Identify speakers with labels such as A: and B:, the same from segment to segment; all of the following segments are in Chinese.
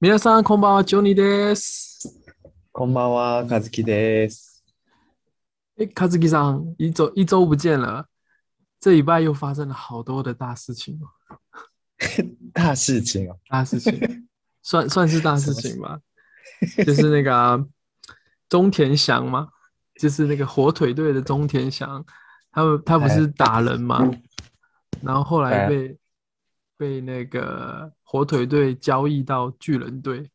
A: 皆さん、こんばんは、ジョニーです。
B: こんばんは、和樹です。
A: 哎，卡兹基桑，一周一周不见了，这礼拜又发生了好多的大事情哦，
B: 大事情哦，
A: 大事 情，算算是大事情吧，就是那个啊、中田翔嘛，就是那个火腿队的中田翔，他们他不是打人嘛，然后后来
B: 哎
A: 被、被那个火腿队交易到巨人队，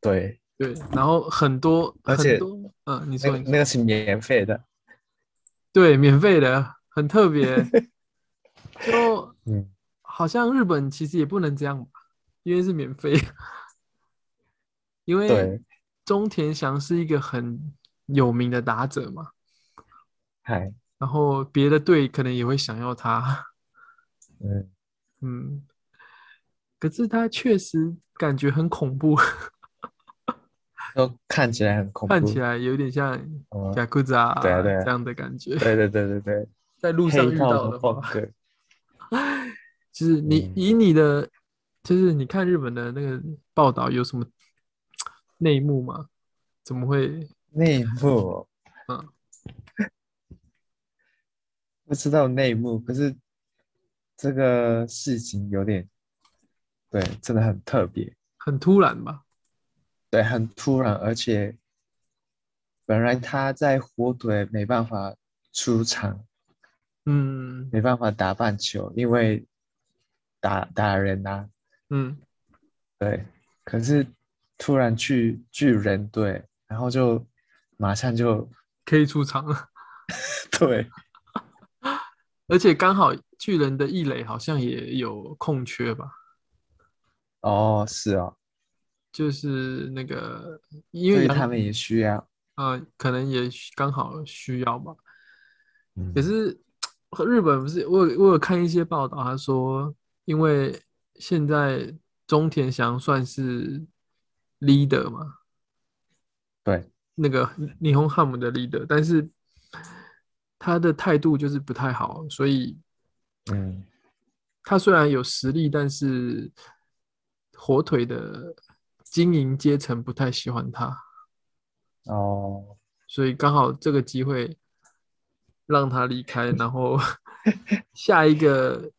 B: 对，
A: 对，然后很多
B: 而且
A: 很多，嗯，你
B: 那
A: 说
B: 个
A: 你说
B: 那个是免费的，
A: 对，免费的，很特别。就
B: 嗯，
A: 好像日本其实也不能这样吧，因为是免费。因为
B: 对，
A: 中田翔是一个很有名的打者嘛，
B: 嗨，
A: 然后别的队可能也会想要他，
B: 嗯，
A: 嗯。可是他确实感觉很恐怖，
B: 都看起来很恐怖，
A: 看起来有点像
B: 嗯
A: 雅库扎
B: 对啊对啊
A: 这样的感觉。
B: 对对对对对，
A: 在路上
B: 黑
A: 遇
B: 道
A: 到
B: 和
A: 的话
B: 风，格，
A: 就是你
B: 嗯
A: 以你的，就是你看日本的那个报道有什么内幕吗？怎么会？
B: 内幕，
A: 嗯，
B: 不知道内幕，可是这个事情有点，对，真的很特别，
A: 很突然吧？
B: 对，很突然，而且本来他在火腿没办法出场，
A: 嗯
B: 没办法打棒球，因为打打人啊，
A: 嗯，
B: 对。可是突然去巨人队，然后就马上就
A: 可以出场了，
B: 对
A: 而且刚好巨人的异垒好像也有空缺吧？
B: 哦，是哦，
A: 就是那个，因
B: 所
A: 为
B: 以
A: 杨
B: 他们也需要，
A: 呃，可能也需刚好需要吧。
B: 嗯
A: 可是日本不是我有我有看一些报道，他说因为现在中田翔算是 leader 嘛，
B: 对，
A: 那个霓虹汉姆的 leader，但是他的态度就是不太好，所以
B: 嗯，
A: 他虽然有实力，但是火腿的经营阶层不太喜欢他，
B: 哦，
A: 所以刚好这个机会让他离开，然后 下一个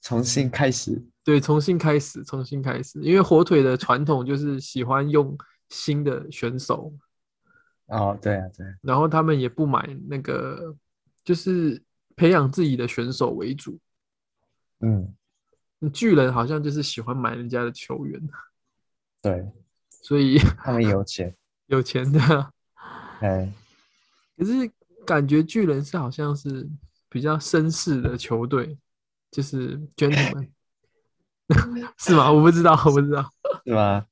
B: 重新开始，
A: 对，重新开始，重新开始，因为火腿的传统就是喜欢用新的选手，
B: 哦，对啊，对啊，
A: 然后他们也不买那个，就是培养自己的选手为主。
B: 嗯，
A: 巨人好像就是喜欢买人家的球员，
B: 对，
A: 所以
B: 他们有钱，
A: 有钱的。
B: 哎，
A: 可是感觉巨人是好像是比较绅士的球队，就是 gentleman，是吗？我不知道，我不知道。
B: 是吗？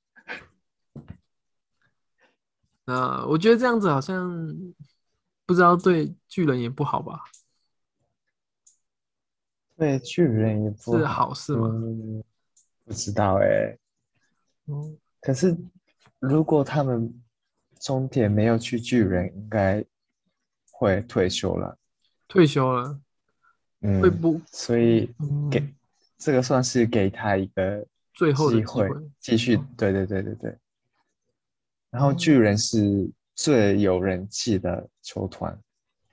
A: 那我觉得这样子好像不知道对巨人也不好吧？
B: 对，巨人也不
A: 是好事吗？
B: 嗯，不知道哎。
A: 嗯，
B: 可是，如果他们中田没有去巨人，应该会退休了。
A: 退休了
B: 嗯
A: 会，不？
B: 所以
A: 嗯，
B: 给这个算是给他一个
A: 最后的
B: 机
A: 机会
B: 会，继续
A: 嗯。
B: 对对对对对。然后
A: 哦
B: 巨人是最有人气的球团，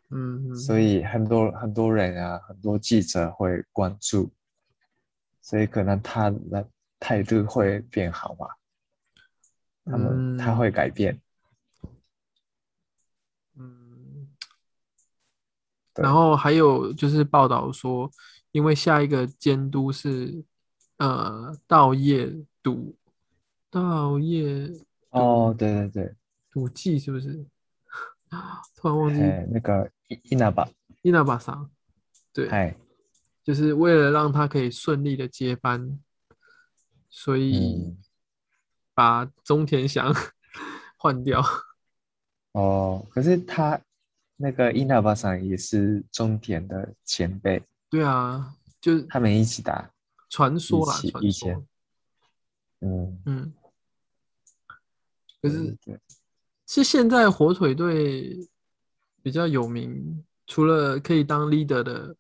A: 嗯，嗯
B: 所以很多很多人啊，很多记者会关注，所以可能他的态度会变好吧，他们他
A: 嗯
B: 会改变。
A: 嗯，
B: 对
A: 然后还有就是报道说，因为下一个监督是呃道业赌道业
B: 哦，对对对，
A: 赌技是不是？ 突然忘记
B: 哎，那个伊伊娜吧，
A: 伊那巴桑，对，
B: 哎，
A: 就是为了让他可以顺利的接班，所以
B: 嗯，
A: 把中田翔 换掉。
B: 哦，可是他那个伊娜巴桑也是中田的前辈，
A: 对啊，就是
B: 他们一起打，
A: 传说啦，
B: 起
A: 传
B: 以
A: 说
B: 前，嗯，
A: 嗯。可是，
B: 对对
A: 是现在火腿队比较有名，除了可以当 leader 的，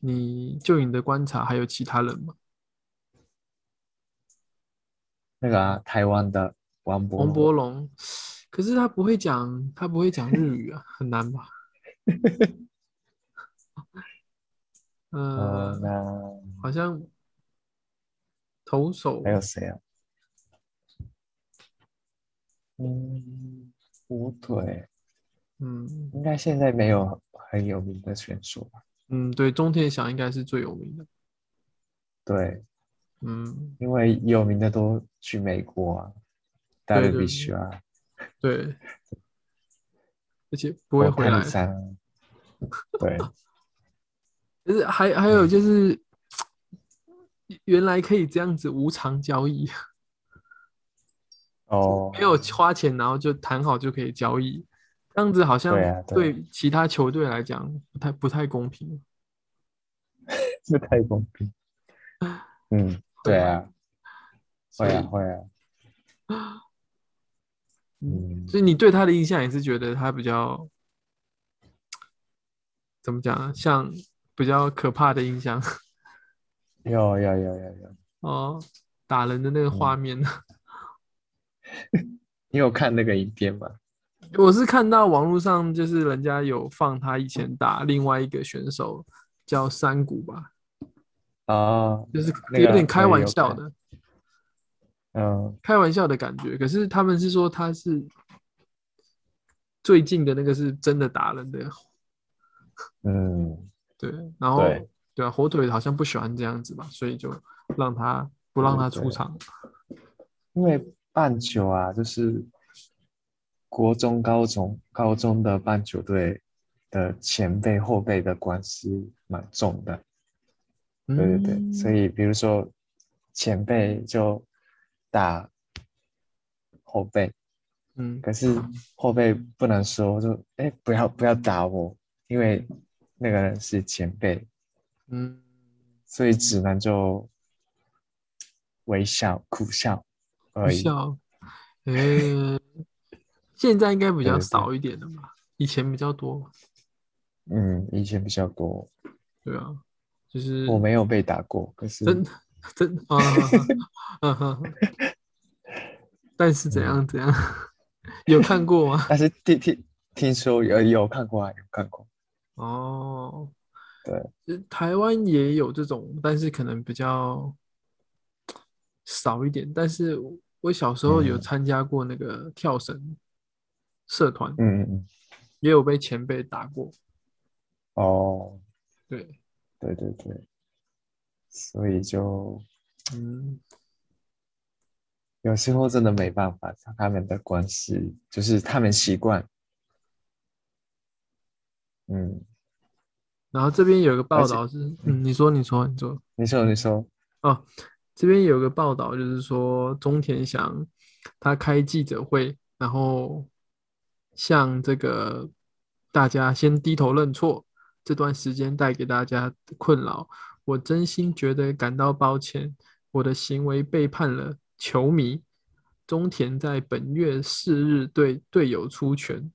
A: 你就你的观察，还有其他人吗？
B: 那个啊，台湾的王博
A: 王伯龙，可是他不会讲，他不会讲日语啊，很难吧？
B: 呃，
A: 嗯，
B: 那
A: 好像投手
B: 还有谁啊？嗯，火腿
A: 嗯
B: 应该现在没有很有名的选手吧？
A: 嗯，对，中天祥应该是最有名的。
B: 对，
A: 嗯，
B: 因为有名的都去美国啊，大
A: 对
B: 卫
A: 对
B: 比须啊，
A: 对，而且不会回来。
B: 山啊，对，
A: 可是还还
B: 嗯
A: 有就是，原来可以这样子无偿交易，
B: 哦，
A: 没有花钱，然后就谈好就可以交易，这样子好像
B: 对啊对
A: 对其他球队来讲不太不太公平。
B: 这太公平。嗯，对啊，
A: 所
B: 会
A: 以
B: 啊，会啊。嗯，
A: 所以你对他的印象也是觉得他比较怎么讲啊，像比较可怕的印象
B: 有有有有有，
A: 哦，打人的那个
B: 嗯
A: 画面。
B: 你有看那个影片吗？
A: 我是看到网络上就是人家有放他以前打另外一个选手叫山谷吧，
B: 啊，
A: 就是
B: 那个
A: 有点开玩笑
B: 我也
A: 的，
B: 嗯，
A: 开玩笑的感觉。可是他们是说他是最近的那个是真的打人的，
B: 嗯，
A: 对，然后
B: 对
A: 对啊，火腿好像不喜欢这样子吧，所以就让他不让他
B: 嗯对
A: 出场。
B: 因为棒球啊，就是国中、高中、高中的棒球队的前辈、后辈的关系蛮重的。
A: 对
B: 对对
A: 嗯
B: 对，所以比如说前辈就打后辈，
A: 嗯
B: 可是后辈不能说就哎不要不要打我，因为那个人是前辈，
A: 嗯，
B: 所以只能就微笑苦笑
A: 不
B: 而已。
A: 笑，呃，现在应该比
B: 对
A: 较
B: 对对
A: 少一点了吧，以前比较多吧。
B: 嗯，以前比较多，
A: 对啊，就是
B: 我没有被打过，可是
A: 真 真啊，啊啊啊但是怎样怎样， 有看过吗？
B: 但是听听听说有有看过啊，有看过。
A: 哦，
B: 对，
A: 呃台湾也有这种，但是可能比较少一点。但是我小时候有
B: 嗯
A: 参加过那个跳绳社团，
B: 嗯嗯嗯，
A: 也有被前辈打过。
B: 哦，
A: 对，
B: 对对对，所以就。
A: 嗯，
B: 有时候真的没办法，他们的关系就是他们习惯，嗯，
A: 然后这边有个报
B: 而且
A: 道是，嗯，你说，你说，你说。
B: 你说你说，
A: 哦，这边有个报道，就是说中田翔他开记者会，然后向这个大家先低头认错，这段时间带给大家的困扰，我真心觉得感到抱歉，我的行为背叛了球迷。中田在本月四日对队友出拳，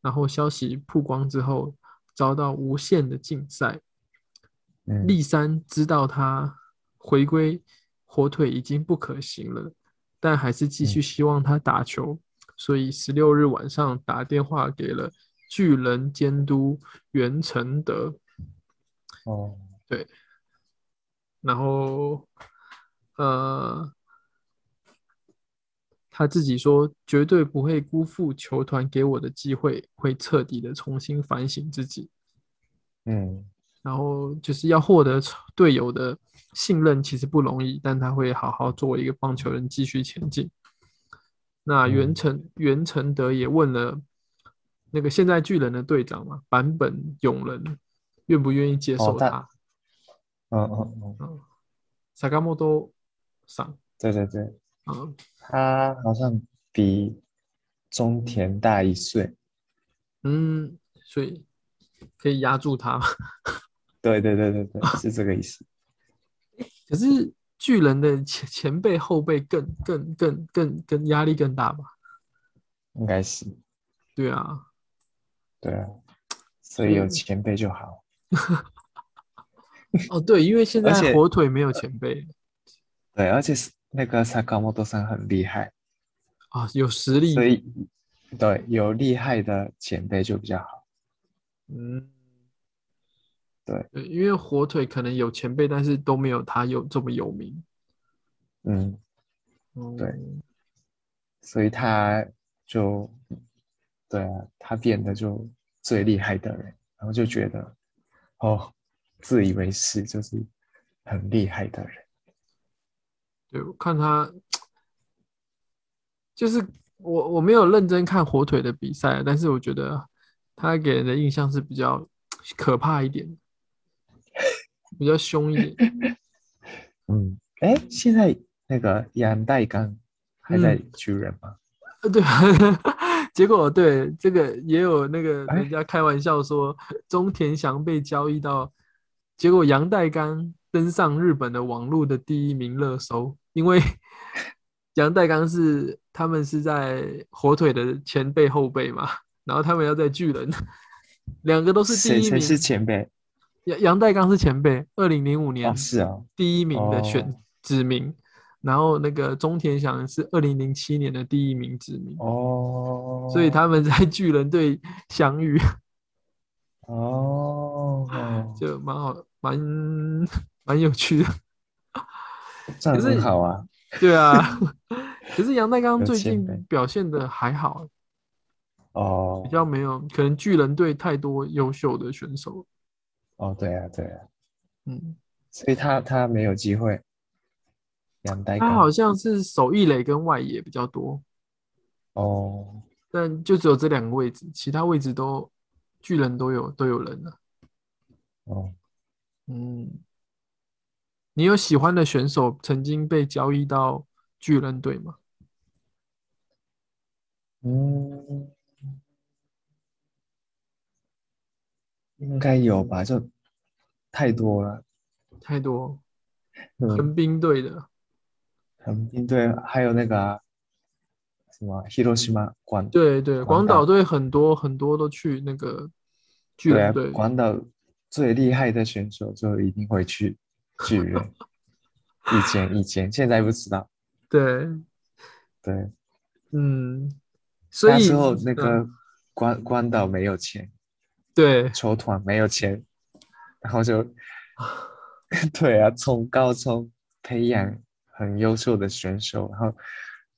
A: 然后消息曝光之后，遭到无限的禁赛。
B: 嗯，
A: 立三知道他回归火腿已经不可行了，但还是继续希望他打球，所以十六日晚上打电话给了巨人监督袁成德，
B: 哦，
A: 然后呃他自己说绝对不会辜负球团给我的机会，会彻底的重新反省自己。
B: 嗯，
A: 然后就是要获得队友的信任，其实不容易，但他会好好作为一个棒球人继续前进。那袁
B: 嗯
A: 成袁成德也问了那个现在巨人的队长嘛，坂本勇人愿不愿意接
B: 哦
A: 受
B: 但
A: 他？
B: 嗯嗯嗯，
A: 坂本多上，
B: 对对对，
A: 嗯，
B: 他好像比中田大一岁，
A: 嗯，所以可以压住他。
B: 对对对对对，是这个意思。
A: 可是巨人的前前辈后辈更更更更更压力更大吧？
B: 应该是，
A: 对啊，
B: 对啊，所以有
A: 嗯
B: 前辈就好，
A: 哦对，因为现
B: 而
A: 在
B: 且
A: 火腿没有前辈。
B: 对，而且是那个萨卡莫多桑很厉害，
A: 啊，有实力，
B: 所以对有厉害的前辈就比较好。
A: 嗯，
B: 对，
A: 对因为火腿可能有前辈，但是都没有他有这么有名。
B: 嗯，
A: 嗯、
B: 对所以他就对啊，他变得就最厉害的人，然后就觉得哦，自以为是，就是很厉害的人。
A: 对，我看他就是我我没有认真看火腿的比赛，但是我觉得他给人的印象是比较可怕一点，比较凶一点。
B: 嗯，哎，现在那个杨代刚还在
A: 嗯
B: 巨人吗？
A: 呃， 对，结果对这个也有那个
B: 哎
A: 人家开玩笑说，中田翔被交易到，结果杨代刚登上日本的网络的第一名热搜，因 为杨代刚是他们是在火腿的前辈后辈嘛，然后他们要在巨人，两个都是第
B: 谁
A: 一
B: 谁
A: 名，
B: 是前辈？
A: 杨杨代刚是前辈，二零零五年
B: 哦，是啊，
A: 第一名的选
B: 哦
A: 指名，然后那个中田翔是二零零七年的第一名指名。
B: 哦，
A: 所以他们在 巨人队相遇，
B: 哦，
A: 就蛮好，蛮蛮有趣的。
B: 这样
A: 可是
B: 很好啊。
A: 对 啊，可是杨代刚
B: 有
A: 最
B: 前
A: 近
B: 辈
A: 表现的还好，
B: 哦
A: 比，较没有，可能巨人队太多优秀的选手。
B: 哦，对啊，对啊，
A: 嗯，
B: 所以他他没有机会。杨代
A: 他
B: 刚
A: 好像是手一垒跟外野比较多，
B: 哦，
A: 但就只有这两个位置，其他位置都巨人都有都有人了。
B: 哦，
A: 嗯，你有喜欢的选手曾经被交易到巨人队吗？
B: 嗯，应该有吧，就太多了。
A: 太多，
B: 嗯，
A: 横滨队的。
B: 横滨队还有那个啊、什么 Hiroshima 广
A: 对对，
B: 广
A: 广岛
B: 岛
A: 队很多很多都去那个巨
B: 对啊
A: 人队，，
B: 广岛最厉害的选手就一定会去巨 人。以前以前，现在不知道。
A: 对，
B: 对，
A: 嗯，所
B: 那
A: 以
B: 时候那
A: 嗯
B: 个关关岛没有钱，
A: 对
B: 球团没有钱，然后就对啊，从高中培养很优秀的选手，然后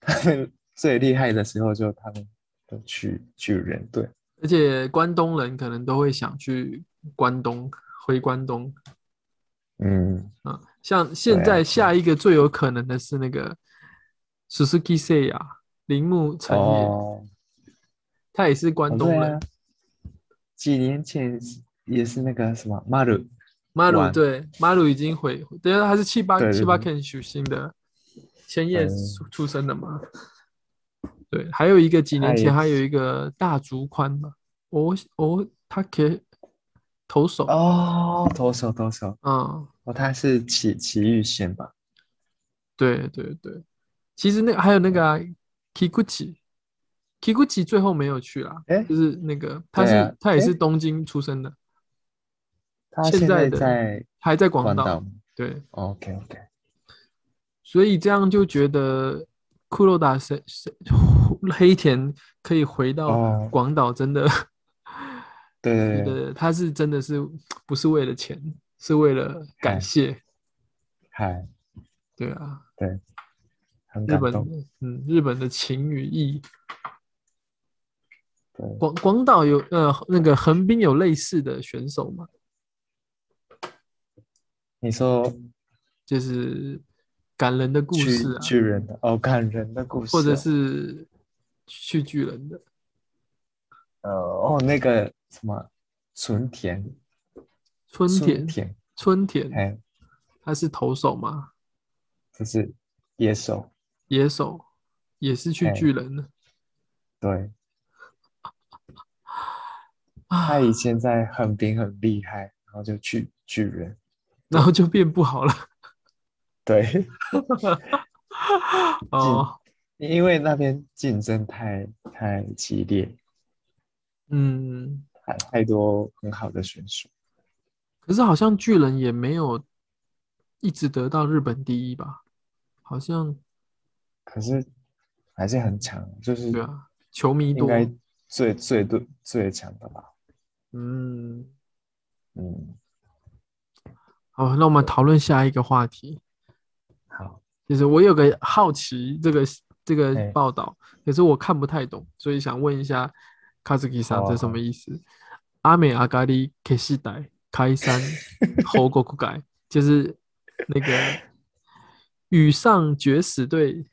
B: 他们 最厉害的时候就他们都去巨人队。
A: 而且关东人可能都会想去关东，回关东
B: 嗯，
A: 啊、嗯像现
B: 对啊
A: 在
B: 对
A: 下一个最有可能的是那个 Suzuki Seiya 铃木成也，
B: 哦，
A: 他也是关
B: 哦
A: 东
B: 对
A: 人
B: 啊。，几年前也是那个什么马鲁，
A: 马鲁
B: 玩
A: 对马鲁已经回，对啊，他是七八
B: 对对
A: 七八
B: 对
A: Ken 属星的千叶
B: 嗯
A: 出出生的嘛。对，还有一个几年前
B: 太
A: 还有一个大竹宽嘛，哦哦，他可以投手，
B: 哦，投手投手，
A: 嗯，
B: 哦，他是崎崎玉县吧？
A: 对对对。其实那还有那个、
B: 哎
A: 啊、Kikuchi，Kikuchi 最后没有去啦，
B: 诶
A: 就是那个他
B: 哎对
A: 是、
B: 啊
A: 他也是
B: 诶
A: 东京出生的，
B: 他
A: 现在
B: 在
A: 的
B: 在
A: 还在广
B: 关
A: 岛，
B: 岛。哦
A: 对。
B: OK OK，
A: 所以这样就觉得库洛达谁谁黑田可以回到
B: 哦，
A: 广岛，真的
B: 对
A: 觉
B: 对对，
A: 得他是真的是不是为了钱，是为了感
B: 嗨
A: 谢。
B: 嗨，
A: 对啊，
B: 很
A: 日
B: 感
A: 本
B: 动。
A: 嗯，日本的情与义，
B: 对，
A: 广广岛有呃那个横滨有类似的选手嘛，
B: 你说
A: 就是感人的故
B: 巨
A: 事啊，
B: 巨人的哦，感人的故事哦，
A: 或者是去巨人的，
B: 呃哦那个什么纯田
A: 春
B: 纯
A: 田
B: 田，
A: 春田
B: 哎，
A: 他是投手嘛，
B: 就是野手，
A: 野手也是去
B: 哎
A: 巨人 的
B: 对，他
A: 啊，
B: 以前在横滨很厉害，然后就去巨人，
A: 然后就变不好了。
B: 对，
A: 哦，
B: 因为那边竞争太太激烈，
A: 嗯，
B: 太太多很好的选手，
A: 可是好像巨人也没有一直得到日本第一吧？好像
B: 可是还是很强，就是
A: 对啊，球迷
B: 应
A: 多，
B: 该最最最最强的吧。
A: 嗯，
B: 嗯，
A: 好，那我们讨论下一个话题，
B: 好，
A: 就是我有个好奇这个这个
B: 哎
A: 报道，可是我看不太懂，所以想问一下卡兹基桑
B: 好啊
A: 这什么意思？阿美阿咖喱克西代开山猴国库改，就是那个雨上决死队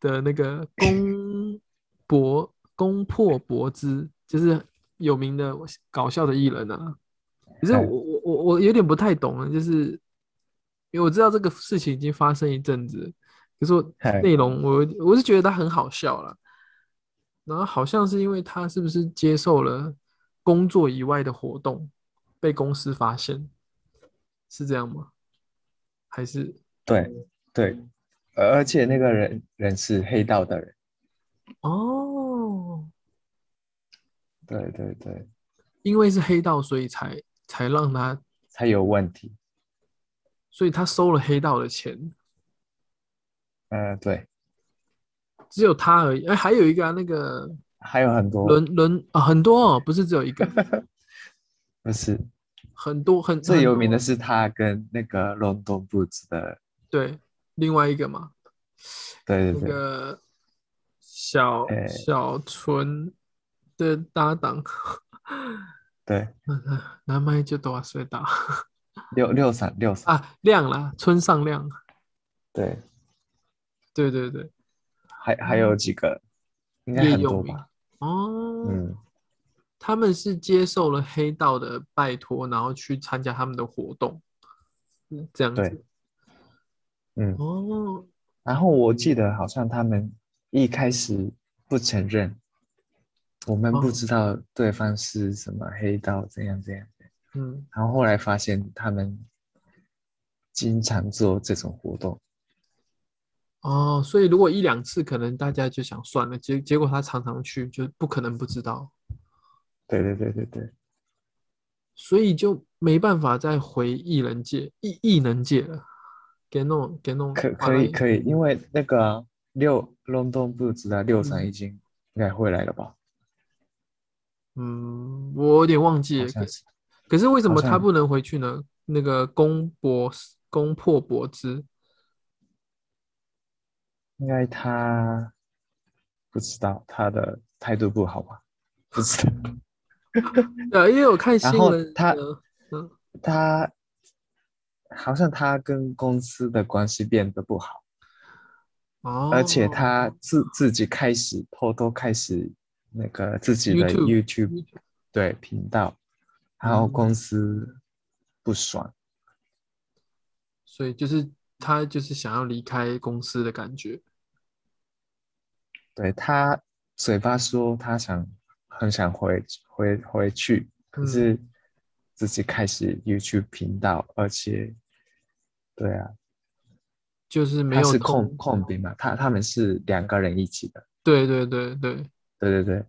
A: 的那个宫博宫破博之，就是有名的搞笑的艺人啊。可是
B: 哎
A: 我我我我有点不太懂了，就是因为我知道这个事情已经发生一阵子了，可是我
B: 嗨
A: 内容我我是觉得他很好笑啦。然后好像是因为他是不是接受了工作以外的活动，被公司发现，是这样吗？还是
B: 对对，而而且那个人人是黑道的人，
A: 哦，
B: 对对对，
A: 因为是黑道，所以才才让他，
B: 他有问题，
A: 所以他收了黑道的钱，
B: 嗯，对，
A: 只有他而已。哎，还有一个啊，那个
B: 还有很多，
A: 伦伦啊，很多哦，不是只有一个，
B: 不是
A: 很多很
B: 最有名的
A: 很
B: 是他跟那个伦敦布子的，
A: 多对，另外一个嘛，那
B: 对对对，
A: 个小
B: 哎
A: 小纯的搭档，
B: 对，
A: 南麦就多岁大
B: 六六闪六闪，
A: 啊，亮啦，村上亮，
B: 对，
A: 对对对，
B: 还还有几个，应该
A: 也
B: 很
A: 有
B: 多
A: 名
B: 吧，
A: 哦，
B: 嗯，
A: 他们是接受了黑道的拜托，然后去参加他们的活动，嗯这样
B: 对
A: 子，
B: 嗯
A: 哦，
B: 然后我记得好像他们一开始不承认，我们不
A: 哦
B: 知道对方是什么黑道，怎样怎样。
A: 嗯，
B: 然后后来发现他们经常做这种活动，
A: 哦，所以如果一两次，可能大家就想算了，结结果他常常去，就不可能不知道，
B: 对对对对对，
A: 所以就没办法再回艺人界、艺艺能界了。给弄给弄，
B: 可可以
A: 以，
B: 可以，因为那个啊、六伦敦布知道六三已经应该回来了吧？
A: 嗯，我有点忘记了。
B: 好
A: 可
B: 像是，
A: 可是为什
B: 好
A: 么他
B: 像
A: 不能回去呢？那个攻博攻破博之，
B: 应该他不知道他的态度不好吧？不知道，
A: 对啊，因为我看新
B: 然后
A: 闻，
B: 他
A: 呃嗯，
B: 他好像他跟公司的关系变得不好，
A: 哦，
B: 而且他自自己开始偷偷开始那个自己的
A: YouTube 嗯
B: YouTube 对频道，然后公司不爽，
A: 所以就是他就是想要离开公司的感觉，
B: 对他嘴巴说他想很想回回回去，可是
A: 嗯
B: 自己开始 YouTube 频道，而且对啊，
A: 就是没
B: 他
A: 有
B: 是
A: 空
B: 控控兵嘛，他他们是两个人一起的，
A: 对对对对，
B: 对对对，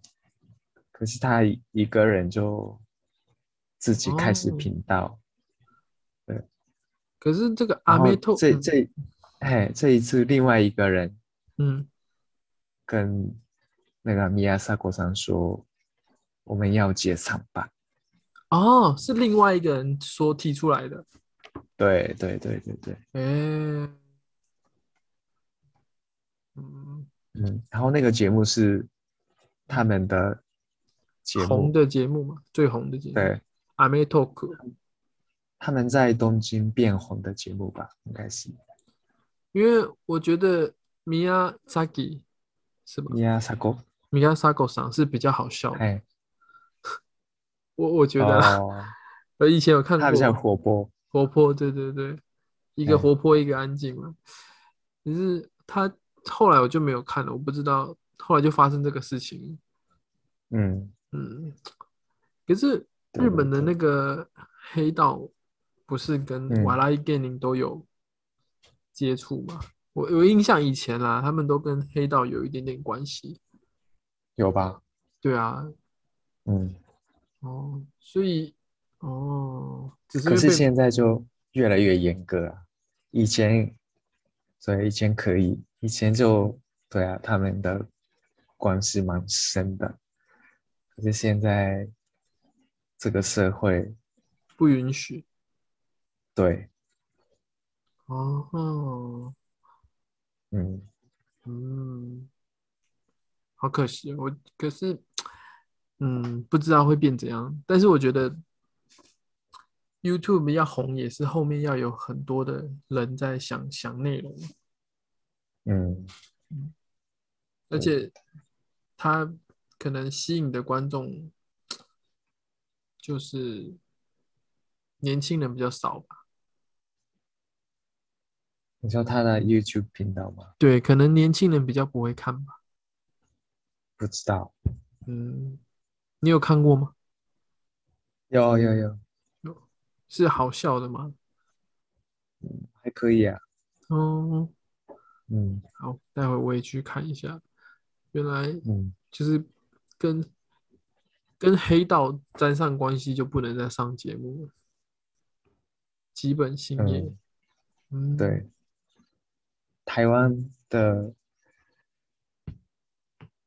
B: 可是他一一个人就自己开始
A: 哦
B: 频道，
A: 可是这个阿
B: 然
A: 妹
B: 后
A: 透，
B: 这
A: 嗯
B: 这嘿这一次另外一个人
A: 嗯，
B: 跟那个米亚萨国桑说，我们要解散吧。
A: 哦，是另外一个人说提出来的，
B: 对对对对对，
A: 哎、嗯，
B: 嗯。然后那个节目是他们的节
A: 红
B: 目，
A: 的节目嘛，最红的节目，
B: 对，
A: 阿妹 talk，
B: 他们在东京变红的节目吧，应该是
A: 因为我觉得 Miyazaki 是吧
B: 米亚萨国，
A: ？Miyazaki 上是比较好笑的，
B: 哎，
A: 我我觉得啦，
B: 哦，
A: 我以前有看
B: 他比较
A: 过，
B: 活泼，
A: 活泼，对对对，一个
B: 哎
A: 活泼，一个安静嘛。可是他后来我就没有看了，我不知道后来就发生这个事情，
B: 嗯，
A: 嗯，可是
B: 对
A: 日本的
B: 对
A: 那个黑道不是跟
B: 嗯
A: 瓦拉伊 g a n 都有接触吗？我我印象以前啦，他们都跟黑道有一点点关系。
B: 有吧，
A: 对啊，
B: 嗯。
A: 哦，所以哦，只是因
B: 可
A: 为
B: 是
A: 被
B: 现在就越来越严格啊，以前，对，以前可以，以前就对啊，他们的关系蛮深的。可是现在这个社会，
A: 不允许。
B: 对，
A: 哦，
B: 嗯，
A: 嗯，好可惜哦，我可是，嗯，不知道会变怎样。但是我觉得 YouTube 要红，也是后面要有很多的人在想想内容，
B: 嗯，
A: 而且他可能吸引的观众就是年轻人比较少吧。
B: 你说他的 YouTube 频道吗？
A: 对，可能年轻人比较不会看吧。
B: 不知道，
A: 嗯，你有看过吗？
B: 有有有，
A: 是好笑的吗？
B: 还可以啊，
A: 哦，
B: 嗯
A: 好，待会我也去看一下。原来
B: 嗯，
A: 就是跟跟黑道沾上关系就不能再上节目了，基本星爷。嗯，
B: 对，台湾的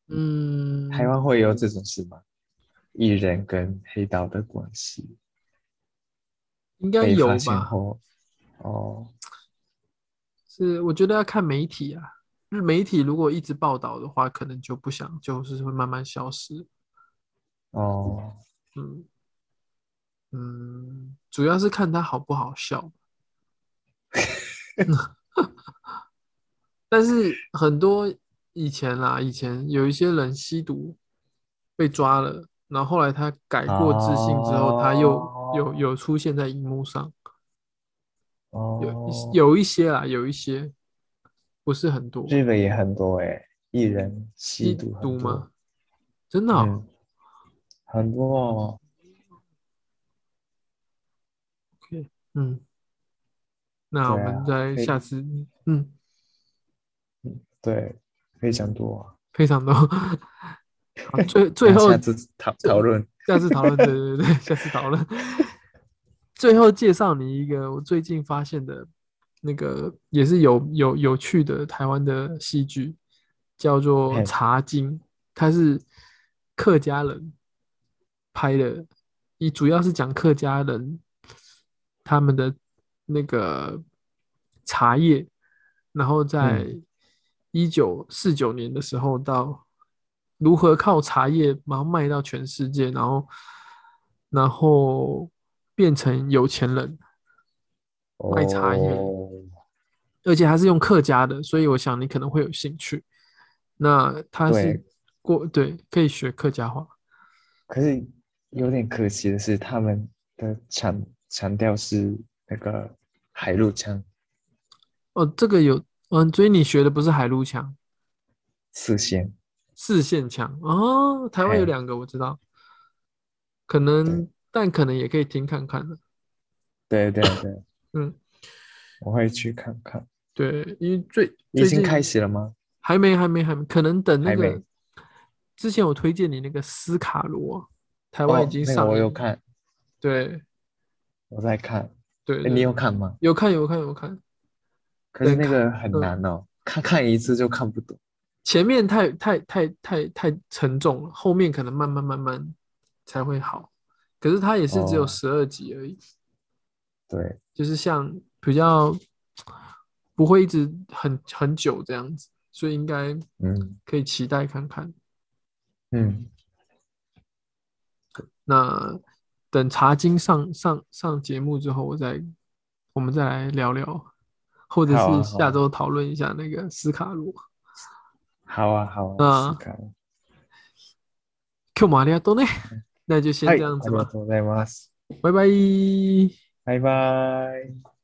A: 嗯，
B: 台湾会有这种事吗？艺人跟黑道的关系
A: 应该
B: 被
A: 有
B: 发现
A: 吧？
B: 后，哦，
A: 是，我觉得要看媒体啊。日媒体如果一直报道的话，可能就不想，就是会慢慢消失。
B: 哦，
A: 嗯嗯，主要是看他好不好笑。 但是很多以前啦，以前有一些人吸毒被抓了，然后后来他改过自新之后，他又
B: 哦
A: 有有出现在荧幕上，有
B: 哦，
A: 有一些啦，有一些不是很多，
B: 日本也很多诶，艺人吸毒很
A: 毒
B: 多
A: 吗？真的哦、
B: 嗯，很多哦，
A: 嗯，那我
B: 对啊
A: 们在
B: 可以
A: 下次，嗯，
B: 对，非常多啊。
A: 非常多。 好 最最后
B: 下次讨讨论，
A: 下次讨论，对对对，下次讨论。 最后介绍你一个我最近发现的那个也是有有有趣的台湾的戏剧，叫做
B: 嘿
A: 《茶经》，它是客家人拍的，以主要是讲客家人他们的那个茶叶，然后在一九四九年的时候到如何靠茶叶然后卖到全世界，然后然后变成有钱人，卖茶叶
B: 哦，
A: 而且还是用客家的，所以我想你可能会有兴趣。那他是
B: 对
A: 过对可以学客家话，
B: 可是有点可惜的是，他们的强强调是那个海陆腔
A: 哦，这个有嗯，所以你学的不是海陆腔，
B: 四线，
A: 四线腔哦。台湾有
B: 嘿
A: 两个我知道，可能
B: 对
A: 但可能也可以听看看的，
B: 对对对，
A: 嗯，
B: 我会去看看。
A: 对，因为最
B: 已
A: 最
B: 经
A: 近
B: 开始了吗？
A: 还没，还没，还没，可能等那
B: 还没
A: 个之前我推荐你那个斯卡罗，台湾
B: 哦
A: 已，经
B: 那
A: 上
B: 个我
A: 映
B: 有
A: 了
B: 看，
A: 对
B: 我在看。
A: 对
B: 哎，
A: 对，
B: 你有看吗？
A: 有看有看有看，
B: 可是
A: 对
B: 那个很
A: 嗯
B: 难哦，看 看一次就看不懂。
A: 前面太太太太太沉重了，后面可能慢慢慢慢才会好。可是它也是只有
B: 哦
A: 十二集而已，
B: 对，
A: 就是像比较不会一直很很久这样子，所以应该
B: 嗯
A: 可以期待看看。
B: 嗯，
A: 那等茶经上上上节目之后，我再我们再来聊聊，或者
B: 好啊
A: 是
B: 好
A: 下
B: 啊
A: 周讨论一下那个斯卡罗。
B: 好啊好啊，
A: 嗯
B: 是看。
A: Q 玛利亚多内， 那就先
B: はい、
A: 这样
B: あ
A: 子
B: りが
A: 吧，
B: とうございます。
A: 拜拜。
B: バイバイ。